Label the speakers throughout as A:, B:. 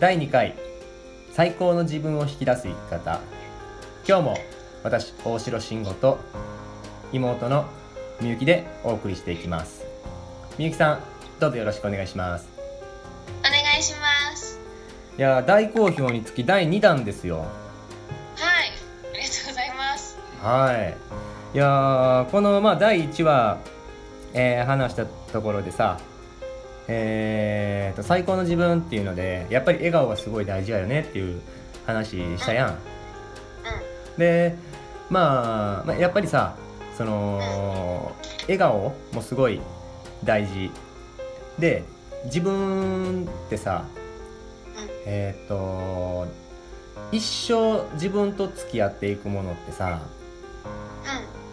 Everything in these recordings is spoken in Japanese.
A: 第2回最高の自分を引き出す生き方今日も私大城慎吾と妹のみゆきでお送りしていきますみゆきさんどうぞよろしくお願いします
B: お願いします
A: いやー大好評につき第2弾ですよ
B: はいありがとうございます
A: はいいやーこのまあ第1話、えー話したところでさえーと最高の自分っていうのでやっぱり笑顔がすごい大事だよねっていう話したやん
B: う
A: で、まあ、まあやっぱりさその笑顔もすごい大事で自分ってさ
B: うん
A: えーっ、と一生自分と付き合っていくものってさ
B: ん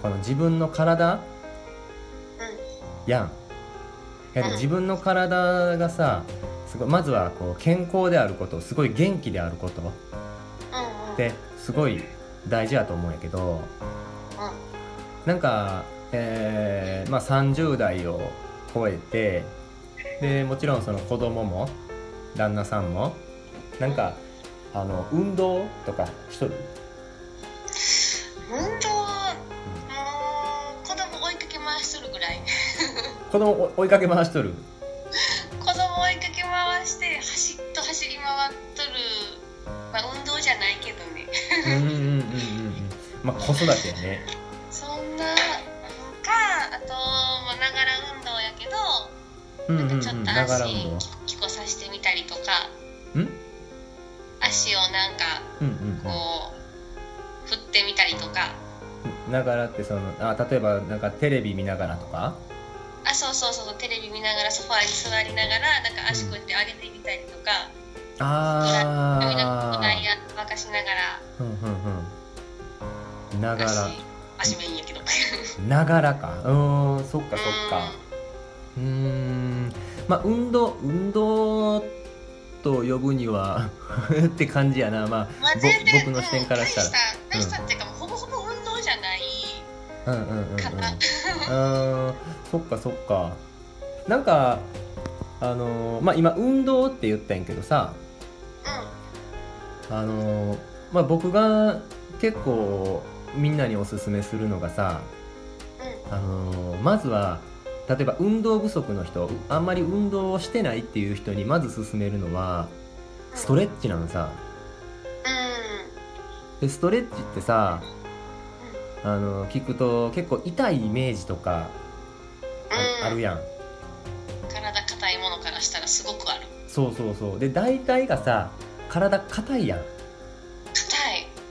A: この自分の体
B: うんうん
A: やんいやで
B: うん
A: 自分の体がさすごいまずはこう健康であることすごい元気であることっ
B: うんうん
A: てすごい大事やと思うんやけど
B: うんうん
A: なんか、えーまあ、30代を超えてでもちろんその子供も旦那さんもなんかあの運動とかしとる
B: 運動もう子供追いかけ回しとるぐらい
A: 子供を追いかけ回しとる
B: 子供追いかけ回して走っと走り回っとるまあ運動じゃないけどね
A: うんうんうんうんうんまあ子育てやね
B: そんなかあとまあながら運動やけど
A: うんうんう
B: なんんかちょっと
A: ながら
B: 足
A: 運動
B: きこさしてみたりとか
A: うん
B: 足をなんか
A: うんうん
B: こう振ってみたりとか
A: うんながらってそのあ例えばなんかテレビ見ながらとか
B: あそうそうそうテレビ見ながらソファーに座りながらなんか足こうやって上げてみたりとか髪の
A: あ
B: お題や沸かしなが
A: あうんうんうんながら
B: ら足足もいいんやけどそっ
A: ながらかうーんそっかそっかうーんまあ運動運動と呼ぶには って感じやなま
B: まあ、
A: ぼ
B: 全然
A: 僕の視点からしたら
B: うん大した大したっていうか、ほぼほぼ運動じゃない
A: あうんうんうんうんう
B: かな、
A: ーんそっかそっかなんかあのーまあ今運動って言ったんやけどさあのーまあ僕が結構みんなにおすすめするのがさ
B: うん
A: あ
B: うん
A: のーまずは例えば運動不足の人あんまり運動をしてないっていう人にまず勧めるのはストレッチなのさ
B: うん
A: でストレッチってさあの聞くと結構痛いイメージとかああ
B: うん
A: るやん
B: 体硬いものからしたらすごくある
A: そうそうそうで大体がさ体硬いやん
B: 硬い、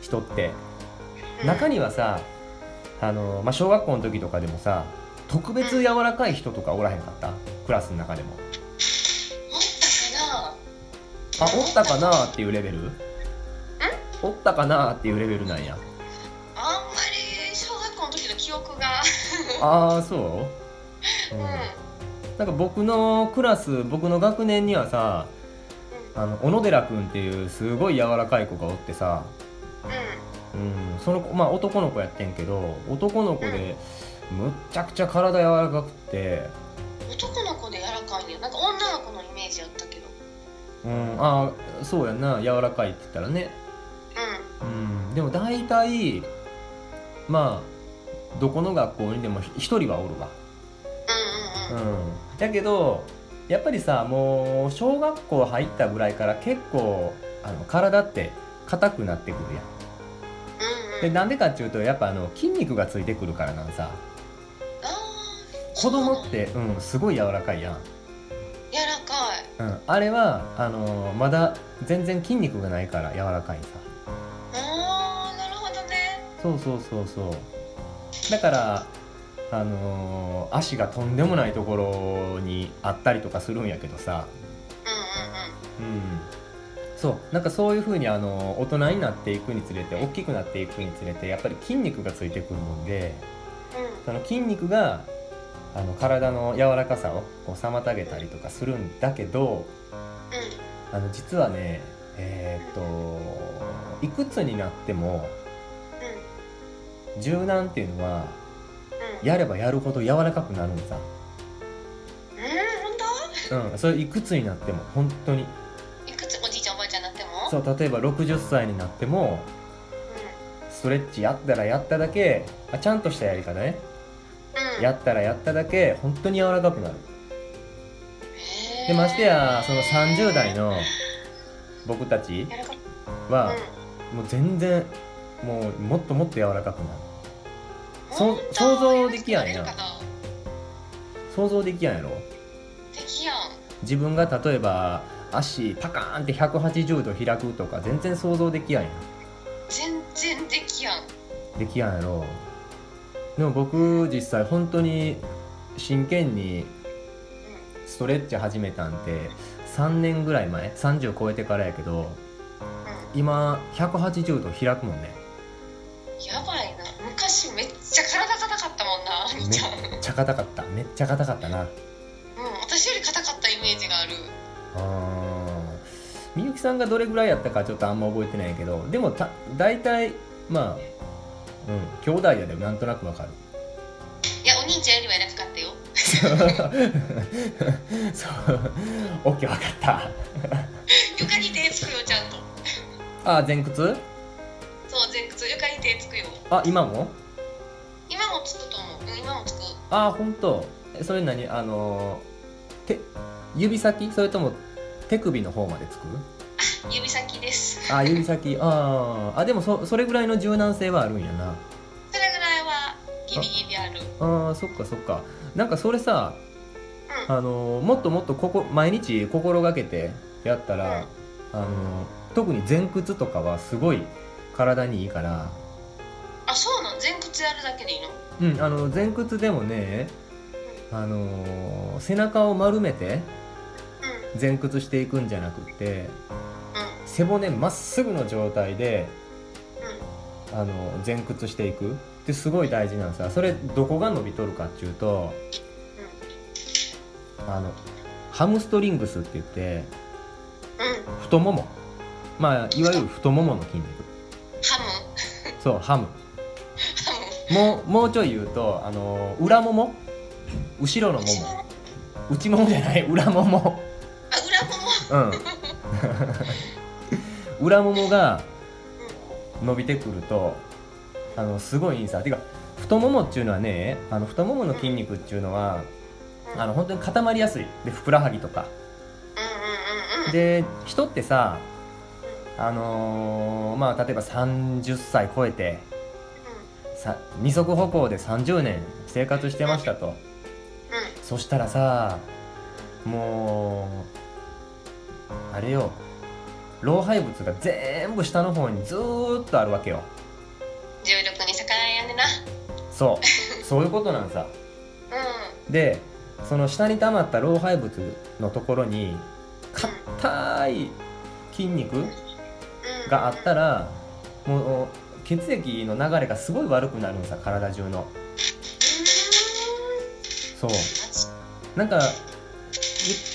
A: 人って
B: うん、
A: 中にはさあの、まあ、小学校の時とかでもさ特別柔らかい人とかおらへんかったクラスの中でも
B: おったか
A: あおったかなーっていうレベルおったかなーっていうレベルなんや
B: なあんまり小学校の時の記憶が
A: ああそう、う
B: う
A: んん、
B: うん
A: なんか僕のクラス僕の学年にはさあの小野寺君っていうすごい柔らかい子がおってさ、うん、その子まあ男の子やってんけど男の子でむっちゃくちゃ体柔らかくって、
B: うん男の子で柔らかいねなんか女の子のイメージやったけど
A: うん、ああそうやんな柔らかいって言ったらね、
B: う
A: うん、でも大体まあどこの学校にでも一人はおるわ、
B: んうんうんうん
A: うん、だけどやっぱりさもう小学校入ったぐらいから結構あの体って硬くなってくるやん
B: うんう
A: で
B: ん
A: なんでかっていうとやっぱあの筋肉がついてくるからなんさ
B: あー
A: 子供って、うん、すごい柔らかいやん、
B: 柔らかい
A: うん、あれはあのーまだ全然筋肉がないから柔らかいさ
B: あーなるほどね
A: そうそうそうそうだからあのー足がとんでもないところにあったりとかするんやけどさ
B: うんう
A: うんそうなんかそういうふうにあのー大人になっていくにつれて大きくなっていくにつれてやっぱり筋肉がついてくるもんで
B: んうんうん
A: その筋肉があの体の柔らかさをこう妨げたりとかするんだけど
B: うん
A: あの実はねえーっといくつになっても
B: うん
A: 柔軟っていうのは
B: うん
A: やればやるほど柔らかくなるんさ、
B: うん本
A: うん、それいくつになっても本当に
B: 当いくつおじいちゃんおばあちゃん
A: そう例えば60歳になってもストレッチやったらやっただけあちゃんとしたやり方ね、
B: うん
A: やったらやっただけ本当に柔らかくなる
B: へー
A: でましてやその30代の僕たち
B: やるか
A: は
B: うん
A: もう全然もうもっともっと柔らかくなるそ
B: 本当
A: 想像できやんや
B: るかな
A: 想像できやんやろ
B: できやん
A: 自分が例えば足パカーンって180度開くとか全然想像できやんや
B: 全然できやん
A: できやんやろでも僕実際本当に真剣にストレッチ始めたんて3年ぐらい前30超えてからやけど
B: う
A: 今180度開くもんね
B: んやばいな昔めっちゃ体硬かったもんな
A: め
B: 兄
A: っ
B: ちゃん、
A: ちゃ硬かっためっちゃ硬かったな
B: うん、私より硬かったイメージがある
A: あーみゆきさんがどれぐらいやったかちょっとあんま覚えてないけどでもた大体まあうん兄弟やでもなんとなくわかる
B: いやお兄ちゃんよりは偉かったよ
A: そうオッケーわかった
B: 床に手つくよちゃんと
A: あー前屈
B: そう前屈床に手つくよ
A: あ今も
B: 今もつくと思う、うん、今もつく
A: ああ本当えそれ何あのー手指先それとも手首の方までつく
B: 指先です
A: あー指先あーあでもそそれぐらいの柔軟性はあるんやな
B: それぐらいはギリギリある
A: あーそっかそっかなんかそれさ、あのーもっともっとここ毎日心がけてやったら、あのー特に前屈とかはすごい体にいいから、
B: あそうなん前屈やるだけでいいの
A: うん、あの前屈でもね、あのー背中を丸めて
B: うんうん
A: 前屈していくんじゃなくって背骨まっすぐの状態で
B: う
A: あの前屈していくってすごい大事なんさそれどこが伸びとるかっていうとあのハムストリングスって言って
B: んうん
A: 太ももまあいわゆる太ももの筋肉
B: ハム
A: そうハム
B: ハム
A: もうもうちょい言うとあの裏もも後ろのも
B: 内も
A: も
B: も
A: 内ももじゃない裏もも
B: あ裏もも
A: うん裏ももが伸びてくるとあのすごいいいんさてか太ももっていうのはねあの太ももの筋肉っていうのはあの本当に固まりやすいでふくらはぎとか
B: うんうんうんうん
A: で人ってさあのーまあ例えば30歳超えてさ二足歩行で30年生活してましたと
B: うん
A: そしたらさもうあれよ老廃物が全部下の方にずーっとあるわけよ
B: 重力に逆らえやんでな
A: そうそういうことなんさ
B: う
A: でその下に溜まった老廃物のところに硬い筋肉
B: んうん
A: があったらもう血液の流れがすごい悪くなるんさ体中の
B: うー
A: そ
B: ん
A: うなんか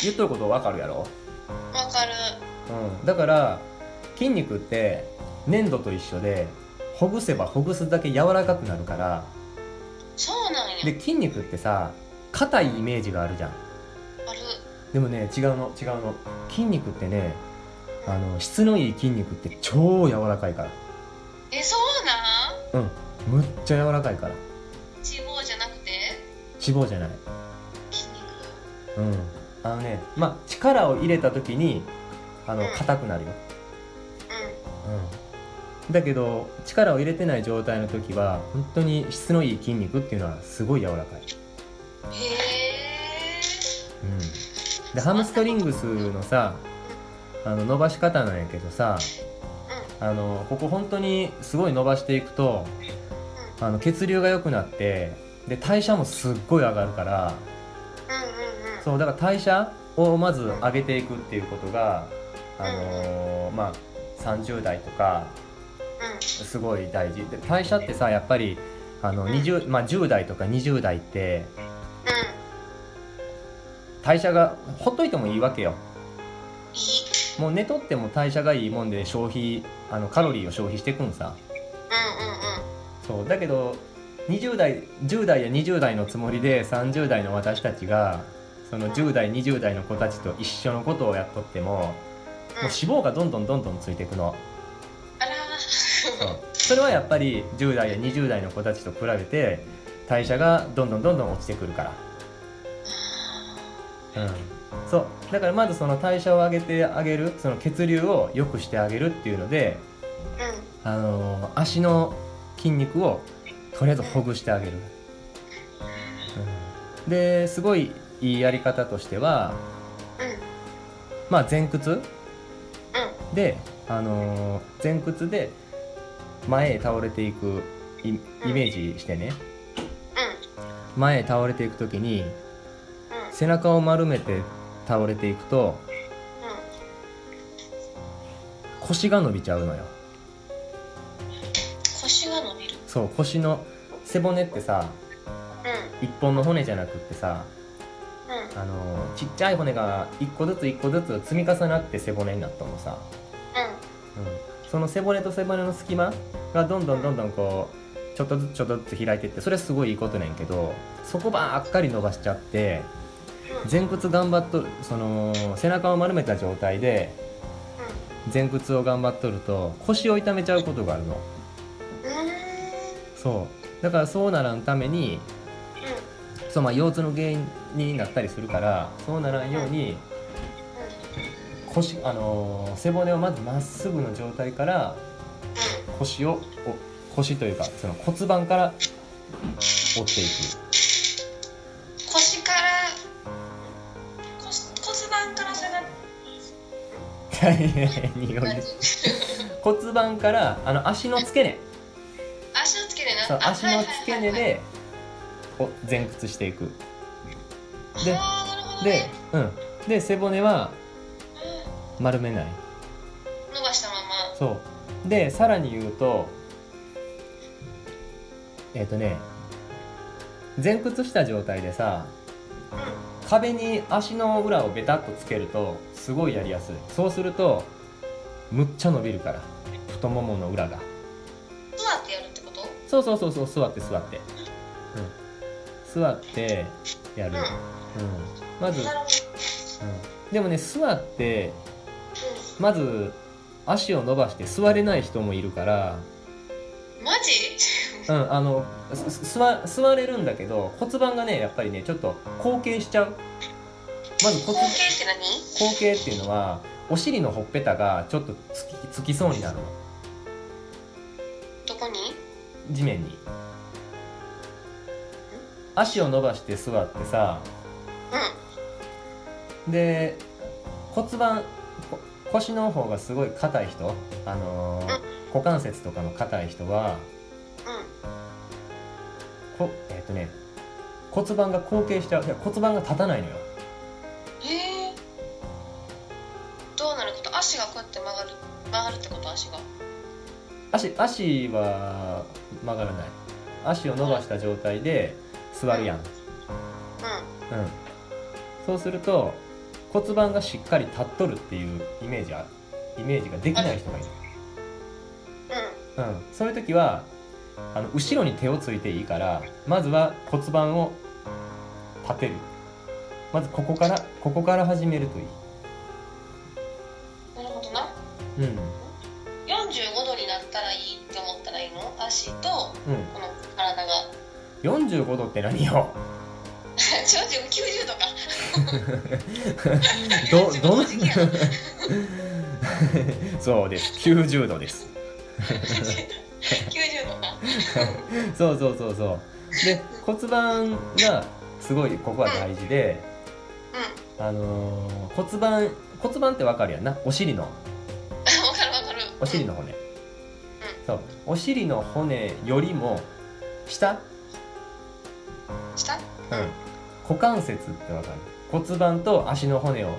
A: 言言っとることわかるやろ、
B: わかる
A: うん、だから筋肉って粘土と一緒でほぐせばほぐすだけ柔らかくなるから
B: そうなんや
A: で筋肉ってさ硬いイメージがあるじゃん
B: ある
A: でもね違うの違うの筋肉ってねあの質のいい筋肉って超柔らかいから
B: えそうなん
A: うんむっちゃ柔らかいから
B: 脂肪じゃなくて
A: 脂肪じゃない
B: 筋肉
A: うんあのねまあ力を入れた時にあの
B: うん
A: 硬くなるよ、
B: うん
A: うん、だけど力を入れてない状態の時は本当に質のいい筋肉っていうのはすごい柔らかい、
B: へえ
A: うん、でハムストリングスのさあの伸ばし方なんやけどさあのここ本当にすごい伸ばしていくとあの血流が良くなってで代謝もすっごい上がるから
B: うんうんうんうん
A: そうだから代謝をまず上げていくっていうことが、あのーまあ、30代とか
B: うん
A: すごい大事で代謝ってさやっぱりあの
B: うん
A: 20、まあ、10代とか20代って
B: う
A: 代謝がほっといてもいいわけよ
B: んいい
A: もう寝とっても代謝がいいもんで消費あのカロリーを消費していくんさ
B: うんうんうん
A: そうだけど20代10代や20代のつもりで30代の私たちがその10代20代の子たちと一緒のことをやっとってもう脂肪がどんどんどんどんついていくの、
B: あらー
A: うんそれはやっぱり10代や20代の子たちと比べて代謝がどんどんどんどん落ちてくるから、うん、そうだからまずその代謝を上げてあげるその血流を良くしてあげるっていうので、
B: うん
A: あのー足の筋肉をとりあえずほぐしてあげる、うん、ですごいいいやり方としては、
B: うん
A: まあ、前屈
B: うん
A: で、あのー前屈で前へ倒れていくイイメージしてね前へ倒れていく時に
B: うんうん
A: 背中を丸めて倒れていくと
B: うん
A: 腰が伸びちゃうのよ
B: 腰が伸びる
A: そう腰の背骨ってさ
B: うん
A: 一本の骨じゃなくってさ、
B: うん
A: あのーちっちゃい骨が一個ずつ一個ずつ積み重なって背骨になったのさ、
B: うん
A: うん、その背骨と背骨の隙間がどんどんどんどんこうちょっとずつちょっとずつ開いてってそれすごいいいことなんやけどそこばっかり伸ばしちゃって
B: うん
A: 前屈頑張っとるその背中を丸めた状態で前屈を頑張っとると腰を痛めちゃうことがあるの
B: うん
A: そうだからそうならんために
B: うん
A: そう、まあ、腰痛の原因になったりするからそうならんように腰、あのー背骨をまずまっすぐの状態から腰をお腰というかその骨盤から折っていく
B: 腰から腰骨盤から下がる
A: 匂い
B: 感
A: で
B: じ
A: す骨盤からあの足の付け根
B: 足の付け根な
A: そう
B: あ
A: 足の付け根
B: はいはい
A: でお前屈していく
B: はい
A: で
B: あーなるほど
A: で
B: ね、
A: うん、で背骨は丸めない
B: うん伸ばしたまま
A: そうでさらに言うとえっ、とね前屈した状態でさ
B: うん
A: 壁に足の裏をベタっとつけるとすごいやりやすいそうするとむっちゃ伸びるから太ももの裏が
B: 座ってやるってこと
A: そうそうそうそう座って座って、うん、座ってや
B: う
A: る、
B: ん
A: うん、まず、うん
B: なるほど
A: でもね座ってまず足を伸ばして座れない人もいるから、
B: うんマジ
A: うん、あのす座座れるんだけど骨盤がねやっぱりねちょっと後傾しちゃうまず
B: 後
A: 骨
B: 傾って何
A: 後傾っていうのはお尻のほっぺたがちょっとつきつきそうになるの
B: どこに
A: 地面に足を伸ばして座ってさ
B: うん
A: で骨盤こ腰の方がすごい硬い人、あのー
B: うん
A: 股関節とかの硬い人は
B: うん
A: こえっ、とね骨盤が後傾しちゃういや骨盤が立たないのよ
B: へえどうなること足がこうやって曲がる曲がるってこと足が
A: 足足は曲がらない足を伸ばした状態で座るやん、うん、
B: う
A: そうすると骨盤がしっかり立っとるっていうイメージはイメージができない人がいる、
B: ん
A: う
B: うん
A: ん、そういう時はあの後ろに手をついていいからまずは骨盤を立てるまずここからここから始めるといい
B: なるほどな
A: うん
B: 45度になったらいいって思ったらいいの足と
A: うん
B: この体が
A: 45度って何 よ
B: 違う違う90度か
A: ど
B: 自
A: ど
B: 分
A: の
B: の時期やな
A: そうです90度です
B: 90度か
A: そうそうそうそうで骨盤がすごいここは大事で、
B: うん
A: あのー骨盤骨盤ってわかるやんなお尻の
B: わかるわかる
A: お尻の骨、そうお尻の骨よりも下、
B: 下
A: 股関節ってわかる骨盤と足の骨を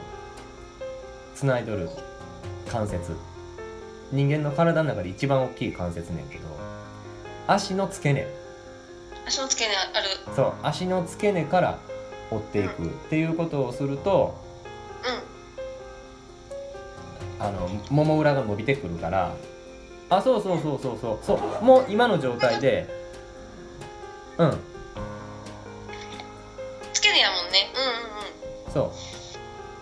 A: つないどる関節人間の体の中で一番大きい関節ねんけど足の付け根
B: 足の付け根ある
A: そう足の付け根から折っていくっていうことをすると
B: う
A: あのもも裏が伸びてくるからあそうそうそうそうそうそうもう今の状態でうん
B: ん付け根やもんねうんうんうん
A: そ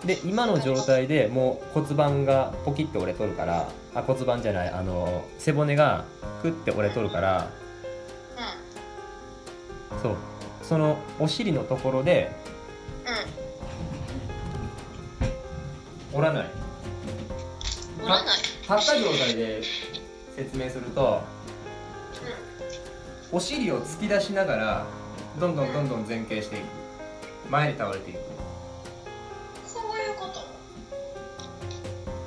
A: うで今の状態でもう骨盤がポキッて折れとるからあ骨盤じゃないあの背骨がクッて折れとるからそうそのお尻のところで折らない
B: 折らない
A: 立った状態で説明するとお尻を突き出しながらどんどんどんどん前傾していく前に倒れていく
B: そういうこと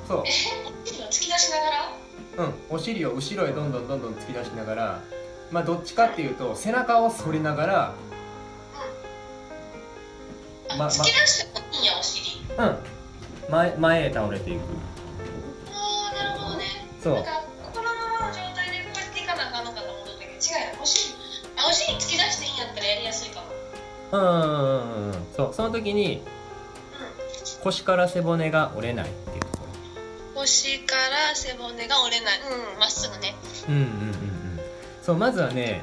A: そう
B: え突き出しながら
A: うんお尻を後ろへどんどんどんどん突き出しながらまあどっちかっていうと背中を反りながら
B: あ
A: まま
B: 突き出してもいいんやお尻
A: うん前前へ倒れていく
B: ああなるほどね
A: そう
B: なんか心のままの状態でこうやっていかなあかんのかと思ったけど違うやんお尻あお尻突き出していいんやったらやりやすいかも
A: うんうんうんうんそうその時に腰から背骨が折れないっていうとこ
B: 腰から背骨が折れないうんまっすぐね
A: ろうんうんうんうんそうまずはね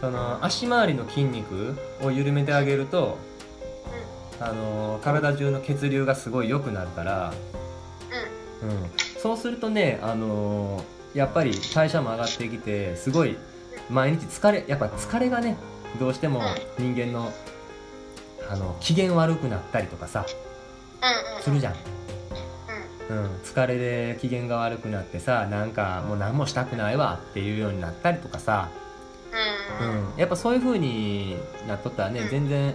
A: その足回りの筋肉を緩めてあげると
B: うんうん
A: あの体中の血流がすごい良くなるから、うん、そうするとね、あのやっぱり代謝も上がってきてすごい毎日疲れやっぱ疲れがねどうしても人間のあの機嫌悪くなったりとかさ
B: うんうん
A: するじゃん、
B: うん
A: うん、疲れで機嫌が悪くなってさなんかもう何もしたくないわっていうようになったりとかさ、う
B: うんう
A: ん、
B: ん
A: やっぱそういう風になっとったらね
B: うん
A: 全然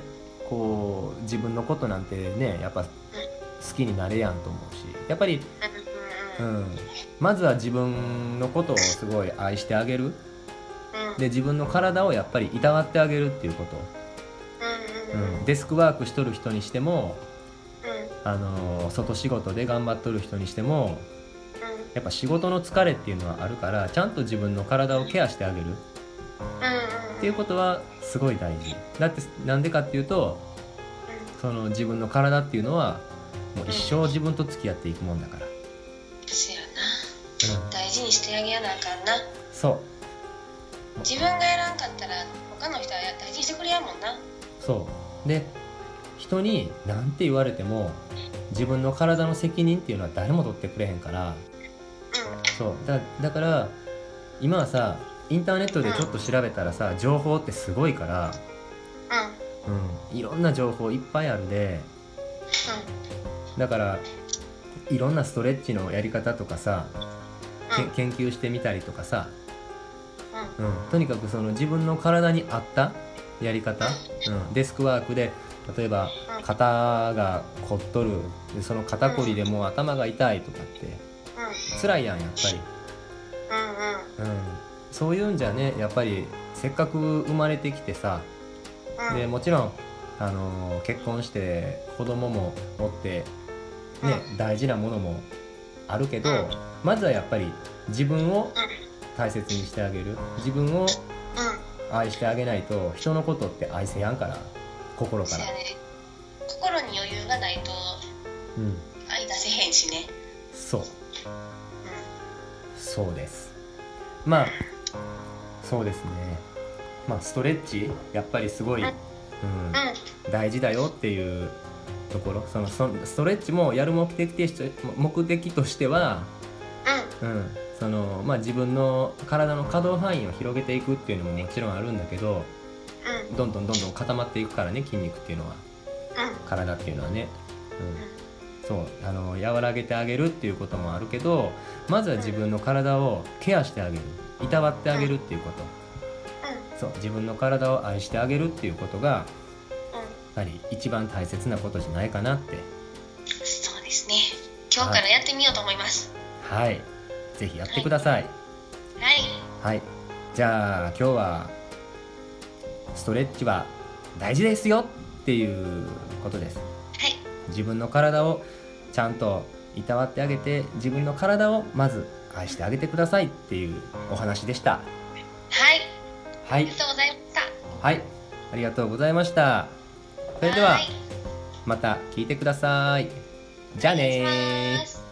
A: こう自分のことなんてねやっぱ好きになれやんと思うしやっぱり、う
B: うんうん
A: ん、まずは自分のことをすごい愛してあげる
B: うん
A: で自分の体をやっぱりいたわってあげるっていうこと、う
B: う
A: ん
B: うんうん
A: ん、デスクワークしとる人にしても、
B: うん
A: あの外仕事で頑張っとる人にしても
B: うん
A: やっぱ仕事の疲れっていうのはあるからちゃんと自分の体をケアしてあげる
B: うん
A: っていうことはすごい大事だってなんでかっていうとその自分の体っていうのはもう一生自分と付き合っていくもんだから、うん、
B: せやな大事にしてあげやなあかんな
A: そう
B: 自分がやらんかったら他の人はや大事にしてくれやもんな
A: そうで人に何て言われても自分の体の責任っていうのは誰も取ってくれへんからそうだだから今はさインターネットでちょっと調べたらさ情報ってすごいから、
B: うんうん
A: うん、いろんな情報いっぱいあるでだからいろんなストレッチのやり方とかさけ研究してみたりとかさ、うん、とにかくその自分の体に合ったやり方、うん、デスクワークで例えば
B: うん
A: 肩が凝っとるでその肩こりでもう頭が痛いとかって辛いやんやっぱり、
B: うんうんうん
A: うん、そういうんじゃねやっぱりせっかく生まれてきてさ
B: うん
A: でもちろん、あのー結婚して子供も持って、ね大事なものもあるけど、
B: うん
A: まずはやっぱり自分を大切にしてあげる自分を
B: うんうん
A: 愛してあげないと人のことって愛せやんから心か
B: せ
A: ら
B: や、ね心に余裕がないと
A: うん、
B: 愛出せへんしね
A: そう
B: うん
A: そうですまあそうですねまあストレッチやっぱりすごい、
B: う
A: うんん、
B: うん
A: 大事だよっていうところそのそストレッチもやる目的として目的としては、
B: う
A: うんそのまあ、自分の体の可動範囲を広げていくっていうのももちろんあるんだけど
B: んうん
A: どんどんどんどん固まっていくからね筋肉っていうのは
B: うん
A: 体っていうのはね、うん、そうあの和らげてあげるっていうこともあるけどまずは自分の体をケアしてあげるいたわってあげるっていうことそう自分の体を愛してあげるっていうことがやっ
B: うんうん
A: ぱり一番大切なことじゃないかなって
B: そうですね今日からやってみようと思います
A: はい是非やってください、
B: はい
A: はい、じゃあ今日はストレッチは大事ですよっていうことです
B: はい
A: 自分の体をちゃんといたわってあげて自分の体をまず愛してあげてくださいっていうお話でした
B: はい
A: は
B: あ
A: い
B: りがとうございました
A: はいありがとうございましたそれではいまた聞いてくださいじゃあ
B: お願いし
A: ねー
B: ます